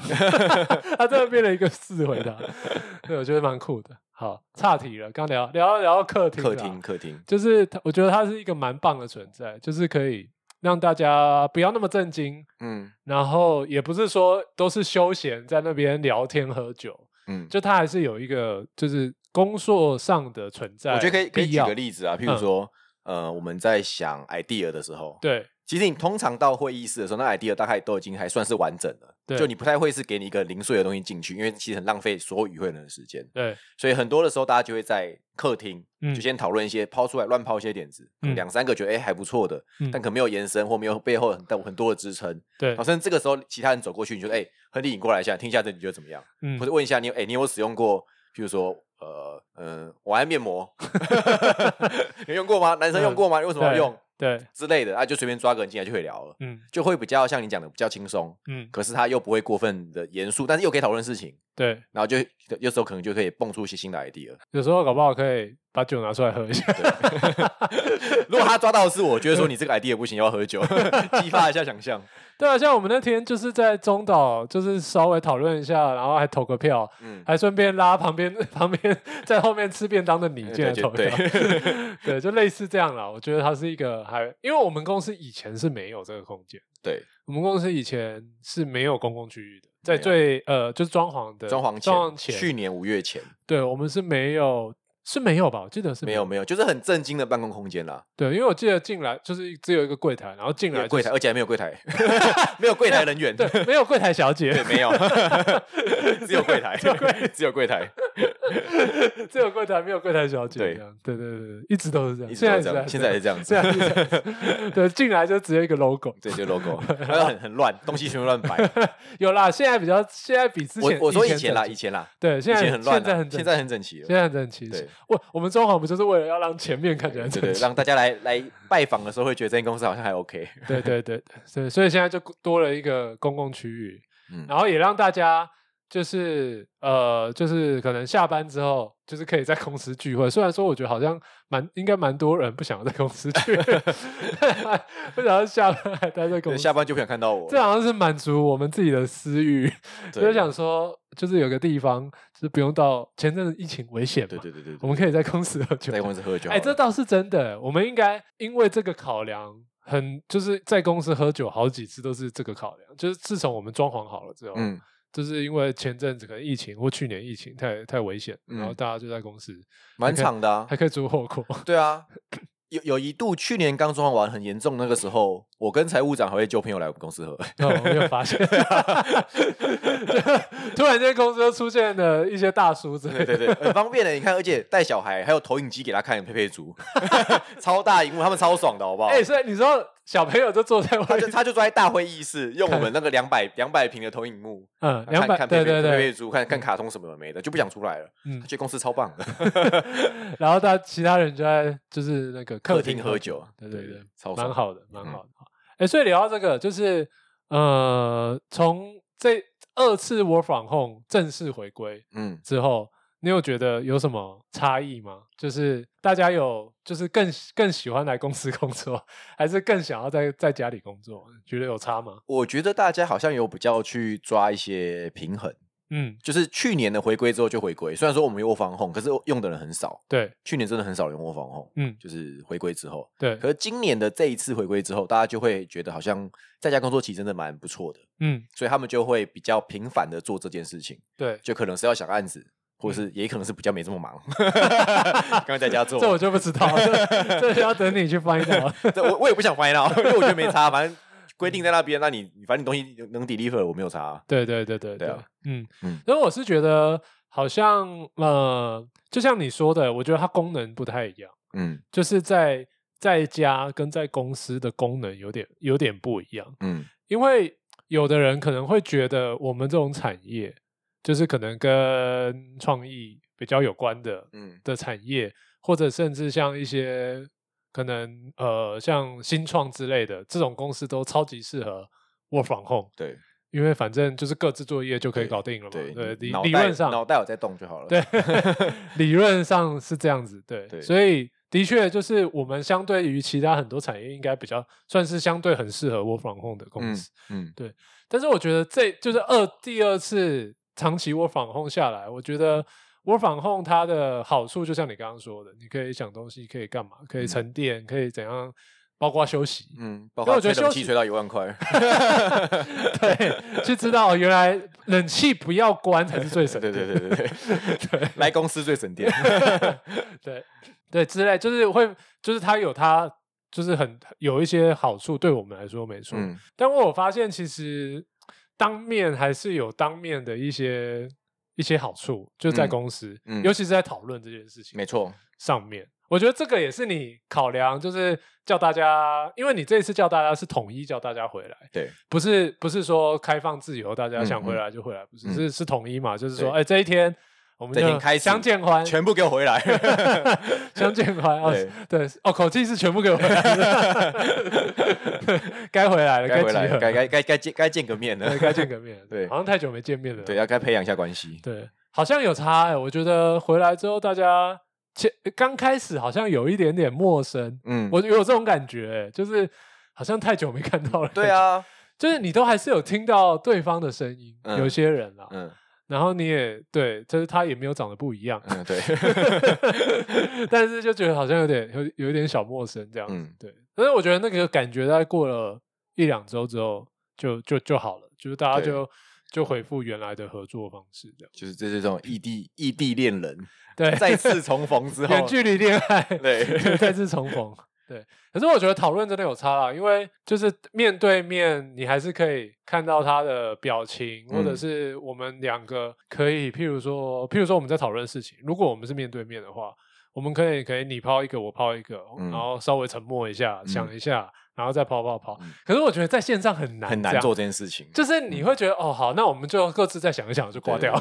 [SPEAKER 1] 她真的编了一个四回他， *laughs* 对，我觉得蛮酷的。好，岔题了，刚聊聊聊到客厅，啊
[SPEAKER 2] 客厅，，客厅，
[SPEAKER 1] 就是它我觉得它是一个蛮棒的存在，就是可以让大家不要那么震惊，
[SPEAKER 2] 嗯
[SPEAKER 1] 然后也不是说都是休闲在那边聊天喝酒，
[SPEAKER 2] 嗯，
[SPEAKER 1] 就它还是有一个就是工作上的存在，
[SPEAKER 2] 我觉得可以可以
[SPEAKER 1] 必
[SPEAKER 2] 举
[SPEAKER 1] 要嗯
[SPEAKER 2] 个例子啊，譬如说，呃，我们在想 idea 的时候，
[SPEAKER 1] 对
[SPEAKER 2] 其实你通常到会议室的时候，那 idea 大概都已经还算是完整了，
[SPEAKER 1] 对
[SPEAKER 2] 就你不太会是给你一个零碎的东西进去，因为其实很浪费所有与会人的时间，
[SPEAKER 1] 对
[SPEAKER 2] 所以很多的时候大家就会在客厅
[SPEAKER 1] 嗯
[SPEAKER 2] 就先讨论一些抛出来乱抛一些点子，可
[SPEAKER 1] 嗯
[SPEAKER 2] 能两三个觉得哎、还不错的，
[SPEAKER 1] 嗯
[SPEAKER 2] 但可能没有延伸或没有背后很大很多的支撑，
[SPEAKER 1] 对
[SPEAKER 2] 好，像这个时候其他人走过去，你就哎、亨利你过来一下，听一下这你觉得怎么样？
[SPEAKER 1] 嗯
[SPEAKER 2] 或者问一下你，哎、你有没有使用过，譬如说，呃，嗯，晚安面膜， *laughs* 有用过吗？男生用过吗？为什么要
[SPEAKER 1] 嗯对
[SPEAKER 2] 用
[SPEAKER 1] 对，
[SPEAKER 2] 之类的？啊，就随便抓个人进来就可以聊了，
[SPEAKER 1] 嗯
[SPEAKER 2] 就会比较像你讲的比较轻松，
[SPEAKER 1] 嗯
[SPEAKER 2] 可是他又不会过分的严肃，但是又可以讨论事情，
[SPEAKER 1] 对，
[SPEAKER 2] 然后就有时候可能就可以蹦出一些新的 idea。
[SPEAKER 1] 有时候搞不好可以把酒拿出来喝一下， *laughs*
[SPEAKER 2] *laughs* 如果他抓到的是我，觉得说你这个 idea 不行，要喝酒， *laughs* 激发一下想象。
[SPEAKER 1] 对啊，像我们那天就是在中岛，就是稍微讨论一下，然后还投个票，
[SPEAKER 2] 嗯，
[SPEAKER 1] 还顺便拉旁边 *laughs* 旁边在后面吃便当的你
[SPEAKER 2] 对
[SPEAKER 1] 进来
[SPEAKER 2] 呃对
[SPEAKER 1] 投票，
[SPEAKER 2] 对
[SPEAKER 1] *laughs* 对，就类似这样啦。我觉得它是一个还，因为我们公司以前是没有这个空间，
[SPEAKER 2] 对，
[SPEAKER 1] 我们公司以前是没有公共区域的，在
[SPEAKER 2] 没有
[SPEAKER 1] 最呃就是装潢的
[SPEAKER 2] 装潢
[SPEAKER 1] 装潢
[SPEAKER 2] 前，去年五月前
[SPEAKER 1] 对我们是没有是没有吧？我记得是
[SPEAKER 2] 没有没有，就是很震惊的办公空间啦。
[SPEAKER 1] 对，因为我记得进来就是只有一个柜台，然后进
[SPEAKER 2] 没
[SPEAKER 1] 来
[SPEAKER 2] 有
[SPEAKER 1] 啊就
[SPEAKER 2] 柜
[SPEAKER 1] 是
[SPEAKER 2] 台，而且还没有柜台， *laughs* 没有柜台人员，
[SPEAKER 1] *laughs* 对，没有柜台小
[SPEAKER 2] *laughs*
[SPEAKER 1] 姐，*laughs*
[SPEAKER 2] 对，没有，只有柜台，只有柜台，
[SPEAKER 1] 只有柜台，没有柜台小姐。
[SPEAKER 2] 对
[SPEAKER 1] 这样对对对，对一直都是这样。
[SPEAKER 2] 一直
[SPEAKER 1] *laughs* 现
[SPEAKER 2] 都是这样，现在也
[SPEAKER 1] 这
[SPEAKER 2] 是这样
[SPEAKER 1] 现在
[SPEAKER 2] 子，
[SPEAKER 1] 也是这
[SPEAKER 2] *laughs*
[SPEAKER 1] 样。对，进来就直接一个 logo。
[SPEAKER 2] 对，就 logo，还有很很乱，东西全部乱摆。
[SPEAKER 1] 有啦，现在比较，现在比之
[SPEAKER 2] 我
[SPEAKER 1] 前
[SPEAKER 2] 我说以前啦，
[SPEAKER 1] 整
[SPEAKER 2] 以前啦，
[SPEAKER 1] 对，
[SPEAKER 2] 以
[SPEAKER 1] 现在
[SPEAKER 2] 前很乱
[SPEAKER 1] 现在
[SPEAKER 2] 啦
[SPEAKER 1] 很，整
[SPEAKER 2] 现在很整齐
[SPEAKER 1] 现
[SPEAKER 2] 了。
[SPEAKER 1] 在很整齐
[SPEAKER 2] 对。
[SPEAKER 1] 我我们装潢不就是为了要让前面看起来
[SPEAKER 2] 对
[SPEAKER 1] 很
[SPEAKER 2] 对，
[SPEAKER 1] 整齐？
[SPEAKER 2] 让大家来来拜访的时候，会觉得这间公司好像还 OK。 *laughs*
[SPEAKER 1] 对对对对，所以所以现在就多了一个公共区域，
[SPEAKER 2] 嗯
[SPEAKER 1] 然后也让大家就是呃，就是可能下班之后，就是可以在公司聚会。虽然说我觉得好像蛮应该蛮多人不想要在公司聚
[SPEAKER 2] *laughs*
[SPEAKER 1] 会，不想要下班还待在公
[SPEAKER 2] 对，
[SPEAKER 1] 司。
[SPEAKER 2] 下班就不想看到我
[SPEAKER 1] 这。好像是满足我们自己的私欲，
[SPEAKER 2] 对
[SPEAKER 1] 就是想说，就是有个地方，就是不用到前阵子疫情危险嘛，
[SPEAKER 2] 对对对对
[SPEAKER 1] 我
[SPEAKER 2] 对，
[SPEAKER 1] 们可以在公司喝酒
[SPEAKER 2] 在，公司喝酒好
[SPEAKER 1] 哎、
[SPEAKER 2] 了。
[SPEAKER 1] 这倒是真的。我们应该因为这个考量，很就是在公司喝酒好几次都是这个考量。就是自从我们装潢好了之后，
[SPEAKER 2] 嗯
[SPEAKER 1] 就是因为前阵子可能疫情或去年疫情太太危险，然后
[SPEAKER 2] 嗯
[SPEAKER 1] 大家就在公司
[SPEAKER 2] 蛮长的啊
[SPEAKER 1] 还。可以煮火
[SPEAKER 2] *laughs*
[SPEAKER 1] 锅。
[SPEAKER 2] 对啊，有有一度去年刚装潢完很严重，那个时候我跟财务长还会揪朋友来我们公司喝。
[SPEAKER 1] 那我没有发
[SPEAKER 2] *laughs*
[SPEAKER 1] 现，就突然间公司就出现了一些大叔之类的。
[SPEAKER 2] 对对 *laughs* 对，很方便的。你看，而且带小孩还有投影机给他看，佩佩猪 *laughs* 超大荧幕，他们超爽的，好不好？
[SPEAKER 1] 哎、所以你说小朋友就坐在
[SPEAKER 2] 他
[SPEAKER 1] 外
[SPEAKER 2] 就
[SPEAKER 1] 面，
[SPEAKER 2] 他就坐在大会议室，用我们那个两百两百平的投影幕，
[SPEAKER 1] 嗯，
[SPEAKER 2] 看
[SPEAKER 1] 两百，
[SPEAKER 2] 看
[SPEAKER 1] 对
[SPEAKER 2] 佩
[SPEAKER 1] 对
[SPEAKER 2] 佩佩
[SPEAKER 1] 对
[SPEAKER 2] 佩，猪，看看卡通什么的没的，就不想出来了。
[SPEAKER 1] 嗯
[SPEAKER 2] 他觉得公司超棒的，
[SPEAKER 1] 然后大其他人就在就是那个客
[SPEAKER 2] 客
[SPEAKER 1] 厅
[SPEAKER 2] 厅喝酒，啊
[SPEAKER 1] 对对对，，
[SPEAKER 2] 超
[SPEAKER 1] 蛮
[SPEAKER 2] 爽。
[SPEAKER 1] 好的，蛮
[SPEAKER 2] 嗯
[SPEAKER 1] 好的。哎、所以聊到这个，就是呃，从这二次 work from home 正式回归
[SPEAKER 2] 嗯，
[SPEAKER 1] 之后，你有觉得有什么差异吗？就是大家有就是更更喜欢来公司工作， *laughs* 还是更想要在在家里工作？觉得有差吗？
[SPEAKER 2] 我觉得大家好像有比较去抓一些平衡。
[SPEAKER 1] 嗯，
[SPEAKER 2] 就是去年的回归之后就回归，虽然说我们有防控，可是用的人很少。
[SPEAKER 1] 对，
[SPEAKER 2] 去年真的很少人用防控，
[SPEAKER 1] 嗯，
[SPEAKER 2] 就是回归之后，
[SPEAKER 1] 对，
[SPEAKER 2] 可是今年的这一次回归之后，大家就会觉得好像在家工作其实真的蛮不错的，
[SPEAKER 1] 嗯，
[SPEAKER 2] 所以他们就会比较频繁的做这件事情，
[SPEAKER 1] 对。
[SPEAKER 2] 就可能是要想案子，或者是也可能是比较没这么
[SPEAKER 1] *laughs*
[SPEAKER 2] 忙，刚刚在家 *laughs* 做。
[SPEAKER 1] 嗯这我就不知道，这 *laughs* 这需要等你去翻译到。
[SPEAKER 2] 这我我也不想 find out，因为我觉得没差，反正规定在那边，那你反正你东西能 deliver，我没有差啊。
[SPEAKER 1] 对对对对
[SPEAKER 2] 对啊，
[SPEAKER 1] 嗯
[SPEAKER 2] 嗯
[SPEAKER 1] 因为我是觉得好像呃，就像你说的，我觉得它功能不太一样，
[SPEAKER 2] 嗯
[SPEAKER 1] 就是在在家跟在公司的功能有点有点不一样，
[SPEAKER 2] 嗯
[SPEAKER 1] 因为有的人可能会觉得我们这种产业，就是可能跟创意比较有关的
[SPEAKER 2] 嗯
[SPEAKER 1] 的产业，或者甚至像一些可能呃像新创之类的这种公司都超级适合 work from home。
[SPEAKER 2] 对
[SPEAKER 1] 因为反正就是各自作业就可以
[SPEAKER 2] 对
[SPEAKER 1] 搞定了嘛。
[SPEAKER 2] 对
[SPEAKER 1] 对，理
[SPEAKER 2] 脑
[SPEAKER 1] 理
[SPEAKER 2] 袋
[SPEAKER 1] 论上，
[SPEAKER 2] 脑袋有在动就好了。
[SPEAKER 1] 对，
[SPEAKER 2] *laughs*
[SPEAKER 1] 理论上是这样子。对，
[SPEAKER 2] 对
[SPEAKER 1] 所以的确就是我们相对于其他很多产业，应该比较算是相对很适合 work from home 的公
[SPEAKER 2] 嗯
[SPEAKER 1] 司。
[SPEAKER 2] 嗯
[SPEAKER 1] 但是我觉得这就是二第二次长期 work from home 下来，我觉
[SPEAKER 2] 嗯
[SPEAKER 1] 得。work from home 它的好处就像你刚刚说的，你可以想东西，可以干嘛，可以
[SPEAKER 2] 嗯
[SPEAKER 1] 沉淀，可以怎样包括休息，
[SPEAKER 2] 嗯，包
[SPEAKER 1] 因为
[SPEAKER 2] 括
[SPEAKER 1] 我觉
[SPEAKER 2] 吹
[SPEAKER 1] 得
[SPEAKER 2] 冷
[SPEAKER 1] 休
[SPEAKER 2] 气
[SPEAKER 1] 息
[SPEAKER 2] 吹到一
[SPEAKER 1] *laughs*
[SPEAKER 2] 万块，嗯
[SPEAKER 1] 对，就知道原来冷气不要关才是最省
[SPEAKER 2] 对对
[SPEAKER 1] 电。
[SPEAKER 2] 对对对，
[SPEAKER 1] 对
[SPEAKER 2] *laughs* 来公司最
[SPEAKER 1] *laughs*
[SPEAKER 2] 省电，
[SPEAKER 1] 对对之类，就是会，就是它有它，就是很有一些好处，对我们来说没错。
[SPEAKER 2] 嗯
[SPEAKER 1] 但我有发现其实当面还是有当面的一些一些好处，就是在
[SPEAKER 2] 嗯
[SPEAKER 1] 公司，
[SPEAKER 2] 嗯
[SPEAKER 1] 尤其是在讨论这件事情
[SPEAKER 2] 没错，
[SPEAKER 1] 上面。我觉得这个也是你考量，就是叫大家，因为你这一次叫大家是统一叫大家回来， *laughs*
[SPEAKER 2] 对，
[SPEAKER 1] 不是不是说开放自由，大家
[SPEAKER 2] 嗯
[SPEAKER 1] 想回
[SPEAKER 2] 嗯
[SPEAKER 1] 来就回来，不是
[SPEAKER 2] 嗯
[SPEAKER 1] 是是统一嘛？就是说，
[SPEAKER 2] 对
[SPEAKER 1] 哎，这一天我们
[SPEAKER 2] 这一天
[SPEAKER 1] 就
[SPEAKER 2] 开始
[SPEAKER 1] 相见欢，
[SPEAKER 2] 全部给我回
[SPEAKER 1] *laughs*
[SPEAKER 2] 来，
[SPEAKER 1] 相见欢哦
[SPEAKER 2] 对，
[SPEAKER 1] 对哦，口气是全部给我回来了， *laughs* 该回来了，
[SPEAKER 2] 该回
[SPEAKER 1] 集
[SPEAKER 2] 来，
[SPEAKER 1] 合，
[SPEAKER 2] 该该该该见该见个面了
[SPEAKER 1] *laughs* 对，该见个面，
[SPEAKER 2] 对
[SPEAKER 1] 好像太久没见面了，
[SPEAKER 2] 对，要该培养一下关系，
[SPEAKER 1] 对，好像有差哎，我觉得回来之后大家前刚开始好像有一点点陌生，
[SPEAKER 2] 嗯，
[SPEAKER 1] 我有这种感觉，哎就是好像太久没看到了，
[SPEAKER 2] 对，啊，
[SPEAKER 1] 就是你都还是有听到对方的声音，
[SPEAKER 2] 嗯
[SPEAKER 1] 有些人啦，
[SPEAKER 2] 嗯
[SPEAKER 1] 然后你也对，就是他也没有长得不一样，
[SPEAKER 2] 嗯，对， *laughs*
[SPEAKER 1] *laughs* 但是就觉得好像有点有有一点小陌生这样子，
[SPEAKER 2] 嗯
[SPEAKER 1] 对。但是我觉得那个感觉，大概过了一两周之后，就就就好了，就是大家
[SPEAKER 2] 对
[SPEAKER 1] 就就恢复原来的合作方式这样。
[SPEAKER 2] 就是这是这种异地异地恋人
[SPEAKER 1] 对，
[SPEAKER 2] 再次重
[SPEAKER 1] *laughs*
[SPEAKER 2] 逢之后
[SPEAKER 1] 远，距离恋爱，
[SPEAKER 2] 对
[SPEAKER 1] 再次重逢，对。可是我觉得讨论真的有差啦，因为就是面对面，你还是可以看到他的表情，或者
[SPEAKER 2] 嗯
[SPEAKER 1] 是我们两个可以，譬如说，譬如说我们在讨论事情，如果我们是面对面的话，我们可以可以你抛一个，我抛一个，
[SPEAKER 2] 嗯
[SPEAKER 1] 然后稍微沉默一下，
[SPEAKER 2] 嗯
[SPEAKER 1] 想一下，然后再抛抛抛
[SPEAKER 2] 嗯。
[SPEAKER 1] 可是我觉得在线上很难，
[SPEAKER 2] 很难做。这嗯件事情，
[SPEAKER 1] 就是你会觉得哦好，那我们就各自再想一想，就挂掉。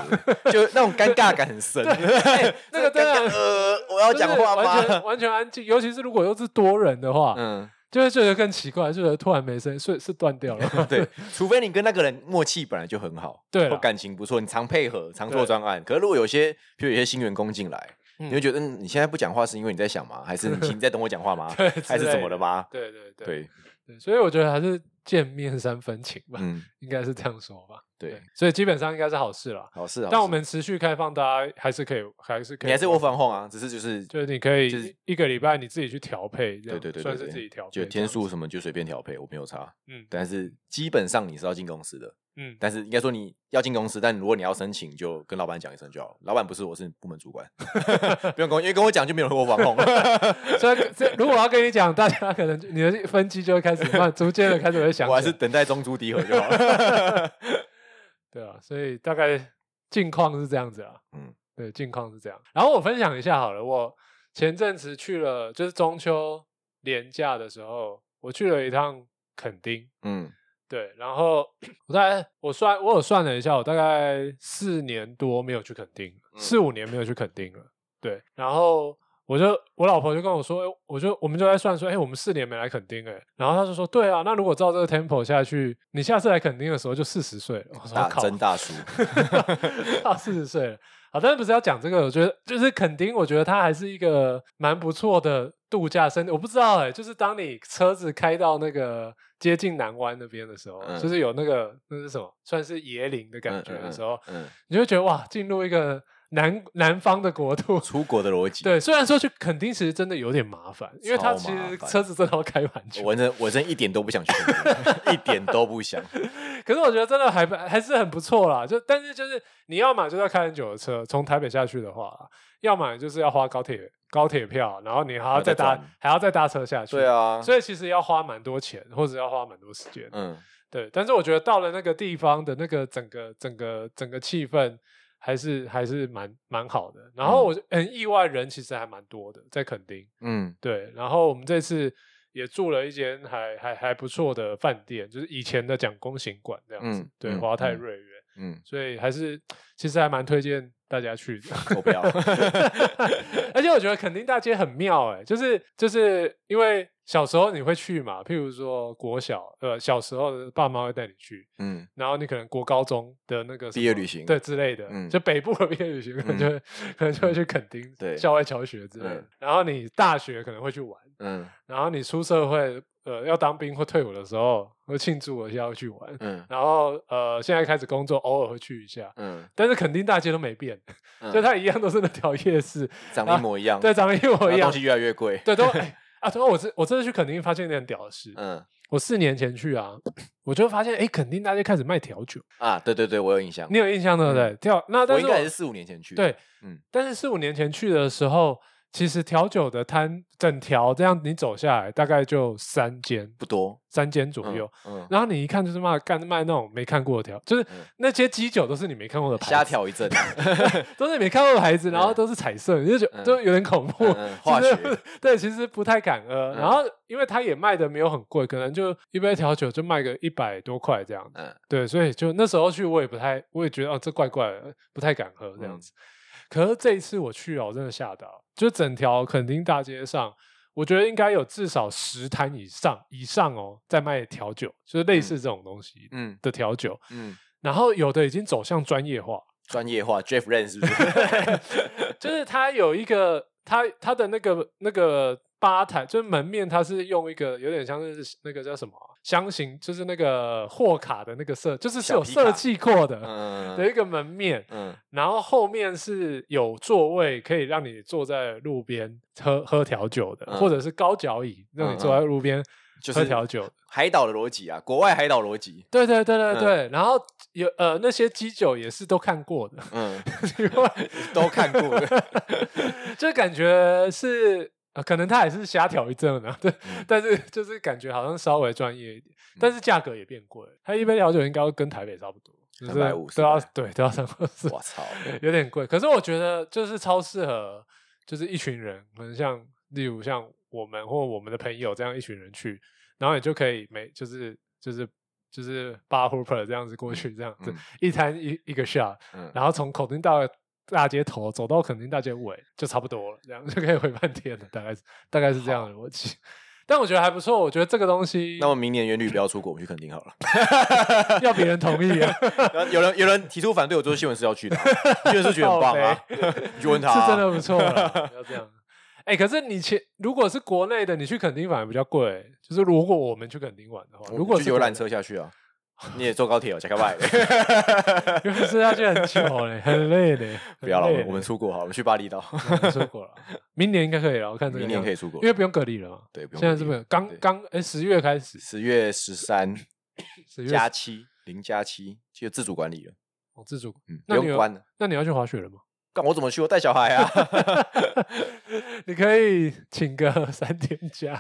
[SPEAKER 2] 就那种尴尬感很
[SPEAKER 1] *laughs*
[SPEAKER 2] 深。哎
[SPEAKER 1] 那个真的
[SPEAKER 2] 尴尬呃，我要
[SPEAKER 1] 就是
[SPEAKER 2] 讲话
[SPEAKER 1] 完全
[SPEAKER 2] 吗？ *laughs*
[SPEAKER 1] 完全安静，尤其是如果又是多人的话，
[SPEAKER 2] 嗯，。
[SPEAKER 1] 就会觉得更奇怪，就觉得突然没声，所以是断掉了吗
[SPEAKER 2] *laughs* 对，除非你跟那个人默契本来就很好，
[SPEAKER 1] 对
[SPEAKER 2] 或
[SPEAKER 1] 啦
[SPEAKER 2] 感情不错，你常配合，常
[SPEAKER 1] 对
[SPEAKER 2] 做专案。可是如果有些，比如有些新员工进来，
[SPEAKER 1] 嗯
[SPEAKER 2] 你会觉得，嗯，你现在不讲话是因为你在想吗？
[SPEAKER 1] *laughs*
[SPEAKER 2] 还是你你在等我讲话吗
[SPEAKER 1] 对？
[SPEAKER 2] 还
[SPEAKER 1] 之
[SPEAKER 2] 是
[SPEAKER 1] 类
[SPEAKER 2] 怎么了吗？
[SPEAKER 1] 对对对
[SPEAKER 2] 对，
[SPEAKER 1] 对所以我觉得还是见面三分情 *laughs* 吧，
[SPEAKER 2] 嗯，
[SPEAKER 1] 应该是这样说吧。
[SPEAKER 2] 对，，
[SPEAKER 1] 所以基本上应该是好事啦。
[SPEAKER 2] 好事。好
[SPEAKER 1] 但
[SPEAKER 2] 事
[SPEAKER 1] 我们持续开放，大家还是可以，还是可以，
[SPEAKER 2] 啊你还是 work from home 啊，只是就是
[SPEAKER 1] 就是你可以
[SPEAKER 2] 就是
[SPEAKER 1] 一个礼拜你自己去调配，这
[SPEAKER 2] 对
[SPEAKER 1] 样
[SPEAKER 2] 对对，
[SPEAKER 1] 算
[SPEAKER 2] 对
[SPEAKER 1] 是
[SPEAKER 2] 对
[SPEAKER 1] 自己调配这
[SPEAKER 2] 就
[SPEAKER 1] 样子，
[SPEAKER 2] 天数什么就随便调配，我没有差。
[SPEAKER 1] 嗯
[SPEAKER 2] 但是基本上你是要进公司的，
[SPEAKER 1] 嗯，
[SPEAKER 2] 但是应该说你要进公司，但如果你要申请，就跟老板讲一声就好了。老板不是我，是部门
[SPEAKER 1] *laughs*
[SPEAKER 2] 主管， *laughs* 不用跟我，因为跟我讲就没有人会我防控。
[SPEAKER 1] 所以这如果我要跟你讲，大家可能就你的分机就会
[SPEAKER 2] *laughs*
[SPEAKER 1] 开始慢，逐渐的开始会想起来，
[SPEAKER 2] 我还是等待中珠低合就好了。
[SPEAKER 1] *laughs* 对啊，所以大概近况是这样子啊。嗯
[SPEAKER 2] 嗯，
[SPEAKER 1] 对，近况是这样。然后我分享一下好了，我前阵子去了，就是中秋连假的时候，我去了一趟垦丁。
[SPEAKER 2] 嗯
[SPEAKER 1] 对，然后我大概我算我有算了一下，我大概四年多没有去垦丁，
[SPEAKER 2] 嗯
[SPEAKER 1] 四五年没有去垦丁了。对，然后我就我老婆就跟我说，哎，我就我们就在算说，哎，我们四年没来垦丁哎，然后她就说，对啊，那如果照这个 tempo 下去，你下次来垦丁的时候就四十岁了。我说，
[SPEAKER 2] *laughs* 大
[SPEAKER 1] 靠，
[SPEAKER 2] 啊真大叔，
[SPEAKER 1] *laughs* 到四十岁了。好，但是不是要讲这个？我觉得就是垦丁，我觉得它还是一个蛮不错的度假胜地。我不知道哎、就是当你车子开到那个接近南湾那边的时候，
[SPEAKER 2] 嗯
[SPEAKER 1] 就是有那个那是什么，算是椰林的 *laughs* 感觉的时候，
[SPEAKER 2] 嗯，
[SPEAKER 1] 你就会觉得哇，进入一个南南方的国度。
[SPEAKER 2] 出国的逻辑。
[SPEAKER 1] 对，虽然说去垦丁其实真的有点麻烦，因为它
[SPEAKER 2] 超
[SPEAKER 1] 其
[SPEAKER 2] 麻
[SPEAKER 1] 实
[SPEAKER 2] 烦
[SPEAKER 1] 车子真的要开蛮久。
[SPEAKER 2] 我真我真一点都不想去
[SPEAKER 1] *laughs*
[SPEAKER 2] 那边，一点都不想。
[SPEAKER 1] 可是我觉得真的还还是很不错啦，就但是就是你要嘛就是要开很久的车，从台北下去的话啦，要么就是要花高铁高铁票，然后你还要再搭
[SPEAKER 2] 还要再转
[SPEAKER 1] 还要再搭车下去，
[SPEAKER 2] 对，啊，
[SPEAKER 1] 所以其实要花蛮多钱，或者要花蛮多时间，
[SPEAKER 2] 嗯，
[SPEAKER 1] 对。但是我觉得到了那个地方的那个整个整个整个气氛还是还是蛮蛮好的，然后我就很意外人其实还蛮多的，在垦丁。
[SPEAKER 2] 嗯
[SPEAKER 1] 对，然后我们这次也住了一间还还还不错的饭店，就是以前的蒋公行馆这样子，
[SPEAKER 2] 嗯
[SPEAKER 1] 对，
[SPEAKER 2] 嗯
[SPEAKER 1] 华泰
[SPEAKER 2] 嗯
[SPEAKER 1] 瑞园，
[SPEAKER 2] 嗯，
[SPEAKER 1] 所以还是其实还蛮推荐大家去的。
[SPEAKER 2] 我不要。
[SPEAKER 1] *laughs* 而且我觉得垦丁大街很妙哎、就是就是因为小时候你会去嘛，譬如说国小，呃，小时候的爸妈会带你去，
[SPEAKER 2] 嗯，
[SPEAKER 1] 然后你可能国高中的那个什
[SPEAKER 2] 毕业
[SPEAKER 1] 么
[SPEAKER 2] 旅行
[SPEAKER 1] 对之类的，
[SPEAKER 2] 嗯
[SPEAKER 1] 就北部的毕业旅行可能就会、 *laughs* 可能就会去垦丁，
[SPEAKER 2] 对
[SPEAKER 1] 校外侨学之类的。
[SPEAKER 2] 嗯
[SPEAKER 1] 然后你大学可能会去玩，
[SPEAKER 2] 嗯
[SPEAKER 1] 然后你出社会，呃，要当兵或退伍的时候，会庆祝一下，会去玩。
[SPEAKER 2] 嗯
[SPEAKER 1] 然后呃，现在开始工作，偶尔会去一下，
[SPEAKER 2] 嗯，
[SPEAKER 1] 但是肯定大街都没变，就它一样都是那条夜市，
[SPEAKER 2] 长得一模一样，
[SPEAKER 1] 啊对，长得一模一
[SPEAKER 2] 然后
[SPEAKER 1] 样
[SPEAKER 2] 嗯东，西越来越贵。 *laughs*
[SPEAKER 1] 对，都。哎啊，然后我这我这次去垦丁发现一件很屌的事，
[SPEAKER 2] 嗯
[SPEAKER 1] 我四年前去啊，我就发现哎，垦丁大家开始卖调酒，
[SPEAKER 2] 啊，对对对，我有印象
[SPEAKER 1] 你，有印象对不对？调那但
[SPEAKER 2] 嗯我
[SPEAKER 1] 是
[SPEAKER 2] 应该也是四五年前去的。
[SPEAKER 1] 对，
[SPEAKER 2] 嗯
[SPEAKER 1] 但是四五年前去的时候，其实调酒的摊整条这样你走下来大概就三间，
[SPEAKER 2] 不多
[SPEAKER 1] 三间左
[SPEAKER 2] 嗯
[SPEAKER 1] 右。
[SPEAKER 2] 嗯，
[SPEAKER 1] 然后你一看就是卖干卖那种没看过的调，就是
[SPEAKER 2] 嗯
[SPEAKER 1] 那些基酒都是你没看过的牌子，
[SPEAKER 2] 瞎挑一阵，
[SPEAKER 1] 都是你没看过的牌子，然后
[SPEAKER 2] 嗯
[SPEAKER 1] 都是彩色，你就觉得
[SPEAKER 2] 嗯
[SPEAKER 1] 就有点恐怖。
[SPEAKER 2] 嗯嗯化
[SPEAKER 1] *laughs* 其实
[SPEAKER 2] 学
[SPEAKER 1] 对，其实不太敢喝。然
[SPEAKER 2] 嗯
[SPEAKER 1] 后因为它也卖的没有很贵，可能就一杯调酒就卖个一百多块这样子。
[SPEAKER 2] 嗯
[SPEAKER 1] 对，所以就那时候去，我也不太，我也觉得哦，这怪怪的，不太敢喝这样
[SPEAKER 2] 嗯
[SPEAKER 1] 子。可是这一次我去哦，我真的吓到，就整条垦丁大街上，我觉得应该有至少十摊以上以上哦，在卖调酒，就是类似这种东西
[SPEAKER 2] 嗯
[SPEAKER 1] 的调酒。
[SPEAKER 2] 嗯，
[SPEAKER 1] 然后有的已经走向专业化，
[SPEAKER 2] 专业化，Jeff Ren 是
[SPEAKER 1] *laughs*
[SPEAKER 2] 不是？
[SPEAKER 1] 就是它有一个它它的那个那个吧台，就是门面，它是用一个有点像是那个叫什么啊箱型，就是那个货卡的那个设，就是是
[SPEAKER 2] 小
[SPEAKER 1] 有
[SPEAKER 2] 皮
[SPEAKER 1] 设
[SPEAKER 2] 卡
[SPEAKER 1] 计过的
[SPEAKER 2] 嗯
[SPEAKER 1] 的一个门面，
[SPEAKER 2] 嗯
[SPEAKER 1] 然后后面是有座位可以让你坐在路边喝喝调酒的，
[SPEAKER 2] 嗯
[SPEAKER 1] 或者是高脚椅让你坐
[SPEAKER 2] 嗯嗯
[SPEAKER 1] 在路边
[SPEAKER 2] 就
[SPEAKER 1] 喝
[SPEAKER 2] 是
[SPEAKER 1] 调酒。
[SPEAKER 2] 海岛的逻辑啊，国外海岛逻辑，
[SPEAKER 1] 对对对对
[SPEAKER 2] 嗯
[SPEAKER 1] 对，然后有呃那些基酒也是都看过的， *laughs*
[SPEAKER 2] 嗯，
[SPEAKER 1] 奇怪
[SPEAKER 2] 都看过
[SPEAKER 1] *laughs*
[SPEAKER 2] 了，
[SPEAKER 1] 就感觉是、呃可能他也是瞎挑一阵啊，对， *laughs*
[SPEAKER 2] 嗯
[SPEAKER 1] 但是就是感觉好像稍微专业一点，但是价格也变贵了，他一杯调酒应该要跟台北差不多，就是
[SPEAKER 2] 350
[SPEAKER 1] 都要
[SPEAKER 2] 400
[SPEAKER 1] 对都要三百四，
[SPEAKER 2] 我操，
[SPEAKER 1] 有点贵。可是我觉得就是超适合，就是一群人，可能像例如像我们或我们的朋友这样一群人去，然后你就可以每就是就是。就是 bar hooper 这样子过去，这样子、
[SPEAKER 2] 嗯
[SPEAKER 1] 一摊一一个 shot，
[SPEAKER 2] 嗯，
[SPEAKER 1] 然后从口丁大大街头走到垦丁大街尾就差不多了，这样 *laughs* 就可以回半天了，大概是大概是这样的逻辑。但我觉得还不错，我觉得这个东西
[SPEAKER 2] 那么明年元旅不要出国，我们去垦丁好
[SPEAKER 1] *laughs*
[SPEAKER 2] 了。
[SPEAKER 1] 要别人同意
[SPEAKER 2] *laughs*
[SPEAKER 1] 啊，
[SPEAKER 2] 然后有人有人提出反对，我做新闻是要去
[SPEAKER 1] *laughs*
[SPEAKER 2] 的啊，新闻是觉得很棒啊， *laughs* 你去问他啊，
[SPEAKER 1] 是真的不错
[SPEAKER 2] *laughs*
[SPEAKER 1] 啦，不要这样。哎、可是你前如果是国内的，你去垦丁反而比较贵、就是如果我们去垦丁玩的话，
[SPEAKER 2] 我
[SPEAKER 1] 如果
[SPEAKER 2] 去
[SPEAKER 1] 是
[SPEAKER 2] 游览
[SPEAKER 1] 国
[SPEAKER 2] 车下去啊，你也坐高铁哦，加个拜，
[SPEAKER 1] 内， *laughs* 游览车要去很久嘞，很累
[SPEAKER 2] *laughs*
[SPEAKER 1] 嘞。
[SPEAKER 2] *laughs* 不要了，我
[SPEAKER 1] 很累
[SPEAKER 2] 们
[SPEAKER 1] 嘞
[SPEAKER 2] 我们出国好了，我们去巴
[SPEAKER 1] *laughs*
[SPEAKER 2] 厘岛，
[SPEAKER 1] 我们出国了，明年应该可以了。我看这个
[SPEAKER 2] 明年
[SPEAKER 1] 样
[SPEAKER 2] 可
[SPEAKER 1] 子，
[SPEAKER 2] 以出国
[SPEAKER 1] 因，为不用隔离了嘛。
[SPEAKER 2] 对，不用
[SPEAKER 1] 现在
[SPEAKER 2] 隔
[SPEAKER 1] 是
[SPEAKER 2] 离
[SPEAKER 1] 不是刚
[SPEAKER 2] 对
[SPEAKER 1] 刚哎十月开始，
[SPEAKER 2] 十月十三
[SPEAKER 1] 十月
[SPEAKER 2] 加七零加七，就自主管理了，
[SPEAKER 1] 哦自主
[SPEAKER 2] 嗯，不
[SPEAKER 1] 那你
[SPEAKER 2] 用
[SPEAKER 1] 有
[SPEAKER 2] 关了。
[SPEAKER 1] 那你要去滑雪了吗？ *laughs*
[SPEAKER 2] 干我怎么去？我带小孩啊！
[SPEAKER 1] 你可以请个三天假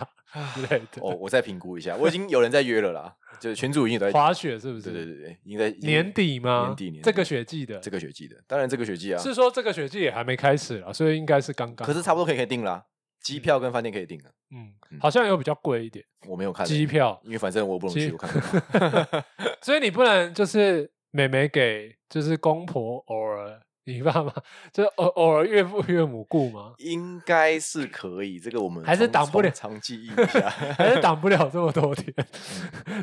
[SPEAKER 1] 之类的。
[SPEAKER 2] 哦，我再评估一下，我已经有人在约了啦，就是群主已经有在，
[SPEAKER 1] 滑雪是不是？
[SPEAKER 2] 对对对对，已经在已经
[SPEAKER 1] 年底吗？
[SPEAKER 2] 年底年底
[SPEAKER 1] 这个雪季的，
[SPEAKER 2] 这个学季的，当然这个学季啊，
[SPEAKER 1] 是说这个雪季也还没开始啦，所以应该是刚刚。
[SPEAKER 2] 可是差不多可以可以定啦，机票跟饭店可以定了，
[SPEAKER 1] 嗯，
[SPEAKER 2] 嗯
[SPEAKER 1] 好像有比较贵一点
[SPEAKER 2] 我没有看欸
[SPEAKER 1] 机
[SPEAKER 2] *laughs*
[SPEAKER 1] 票，
[SPEAKER 2] 因为反正我不能
[SPEAKER 1] 机
[SPEAKER 2] 去，我看不
[SPEAKER 1] *laughs*
[SPEAKER 2] 到。？
[SPEAKER 1] 所以你不能就是妹妹给就是公婆偶尔。你爸妈 *laughs* 就是偶偶尔岳父岳母雇吗
[SPEAKER 2] 应该是可以，这个我们
[SPEAKER 1] 还是
[SPEAKER 2] 从
[SPEAKER 1] 挡不
[SPEAKER 2] 从
[SPEAKER 1] 了
[SPEAKER 2] 长记忆一下。
[SPEAKER 1] *laughs* 还是挡不了这么多天？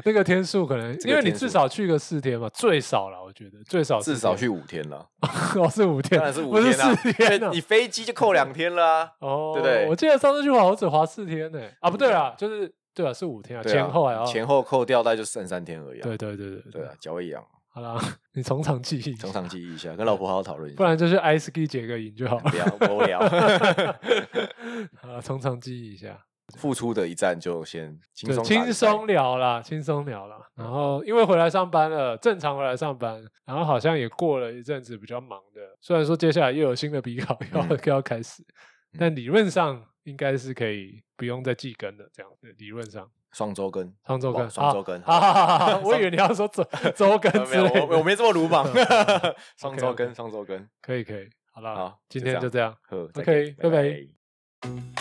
[SPEAKER 1] 那个天数可能，
[SPEAKER 2] 嗯这个
[SPEAKER 1] 因为你
[SPEAKER 2] 天数
[SPEAKER 1] 至少去个四天嘛，最少了，我觉得最少四
[SPEAKER 2] 至少
[SPEAKER 1] 天
[SPEAKER 2] 去五天了，
[SPEAKER 1] *laughs* 哦，是五天，
[SPEAKER 2] 当然是五
[SPEAKER 1] 不是
[SPEAKER 2] 天啦、
[SPEAKER 1] 四
[SPEAKER 2] 因为
[SPEAKER 1] 天、啊。
[SPEAKER 2] 你飞机就
[SPEAKER 1] *laughs*
[SPEAKER 2] 扣两天啊啦、
[SPEAKER 1] 哦，
[SPEAKER 2] 对不对
[SPEAKER 1] 我记得上次去滑，我只滑四天呢、啊，不对啦，就是对啊，是五天啊，
[SPEAKER 2] 对啊
[SPEAKER 1] 前后还要。
[SPEAKER 2] 前后扣掉，大概就剩三天而已、啊。
[SPEAKER 1] 对对对对
[SPEAKER 2] 对啊，，脚会痒，
[SPEAKER 1] 好啦，你从长计议， *laughs*
[SPEAKER 2] 从长计议一下，跟老婆好好讨论一
[SPEAKER 1] 不
[SPEAKER 2] 下。
[SPEAKER 1] 然就是 ice ski 解个瘾就好了。
[SPEAKER 2] 不要无聊，
[SPEAKER 1] *laughs*
[SPEAKER 2] *laughs*
[SPEAKER 1] 啊，从长计议一下，
[SPEAKER 2] 付出的一战就先轻
[SPEAKER 1] 对，
[SPEAKER 2] 松打一嗯
[SPEAKER 1] 轻
[SPEAKER 2] 战
[SPEAKER 1] 松聊啦，轻松聊啦。然后因为回来上班了，正常回来上班，然后好像也过了一阵子比较忙的，虽然说接下来又有新的笔考要、
[SPEAKER 2] 嗯
[SPEAKER 1] *laughs* 要开始，但理论上应该是可以不用再记更的，这样对理论上。
[SPEAKER 2] 双周更，
[SPEAKER 1] 双周
[SPEAKER 2] 哇
[SPEAKER 1] 更，
[SPEAKER 2] 哦双
[SPEAKER 1] *laughs*
[SPEAKER 2] 周更
[SPEAKER 1] 啊啊啊啊啊我以
[SPEAKER 2] 双
[SPEAKER 1] 为你要说周 *laughs* 周更
[SPEAKER 2] 呃没
[SPEAKER 1] 之
[SPEAKER 2] 有，
[SPEAKER 1] 类的，。
[SPEAKER 2] 我我没这么鲁莽
[SPEAKER 1] *laughs*
[SPEAKER 2] 双周
[SPEAKER 1] OK，OK
[SPEAKER 2] 更，双周更，
[SPEAKER 1] 可以可以，好了
[SPEAKER 2] 好，
[SPEAKER 1] 今
[SPEAKER 2] 就
[SPEAKER 1] 天
[SPEAKER 2] 这
[SPEAKER 1] 就
[SPEAKER 2] 样
[SPEAKER 1] 这样。
[SPEAKER 2] 呵
[SPEAKER 1] OK，拜拜
[SPEAKER 2] 拜。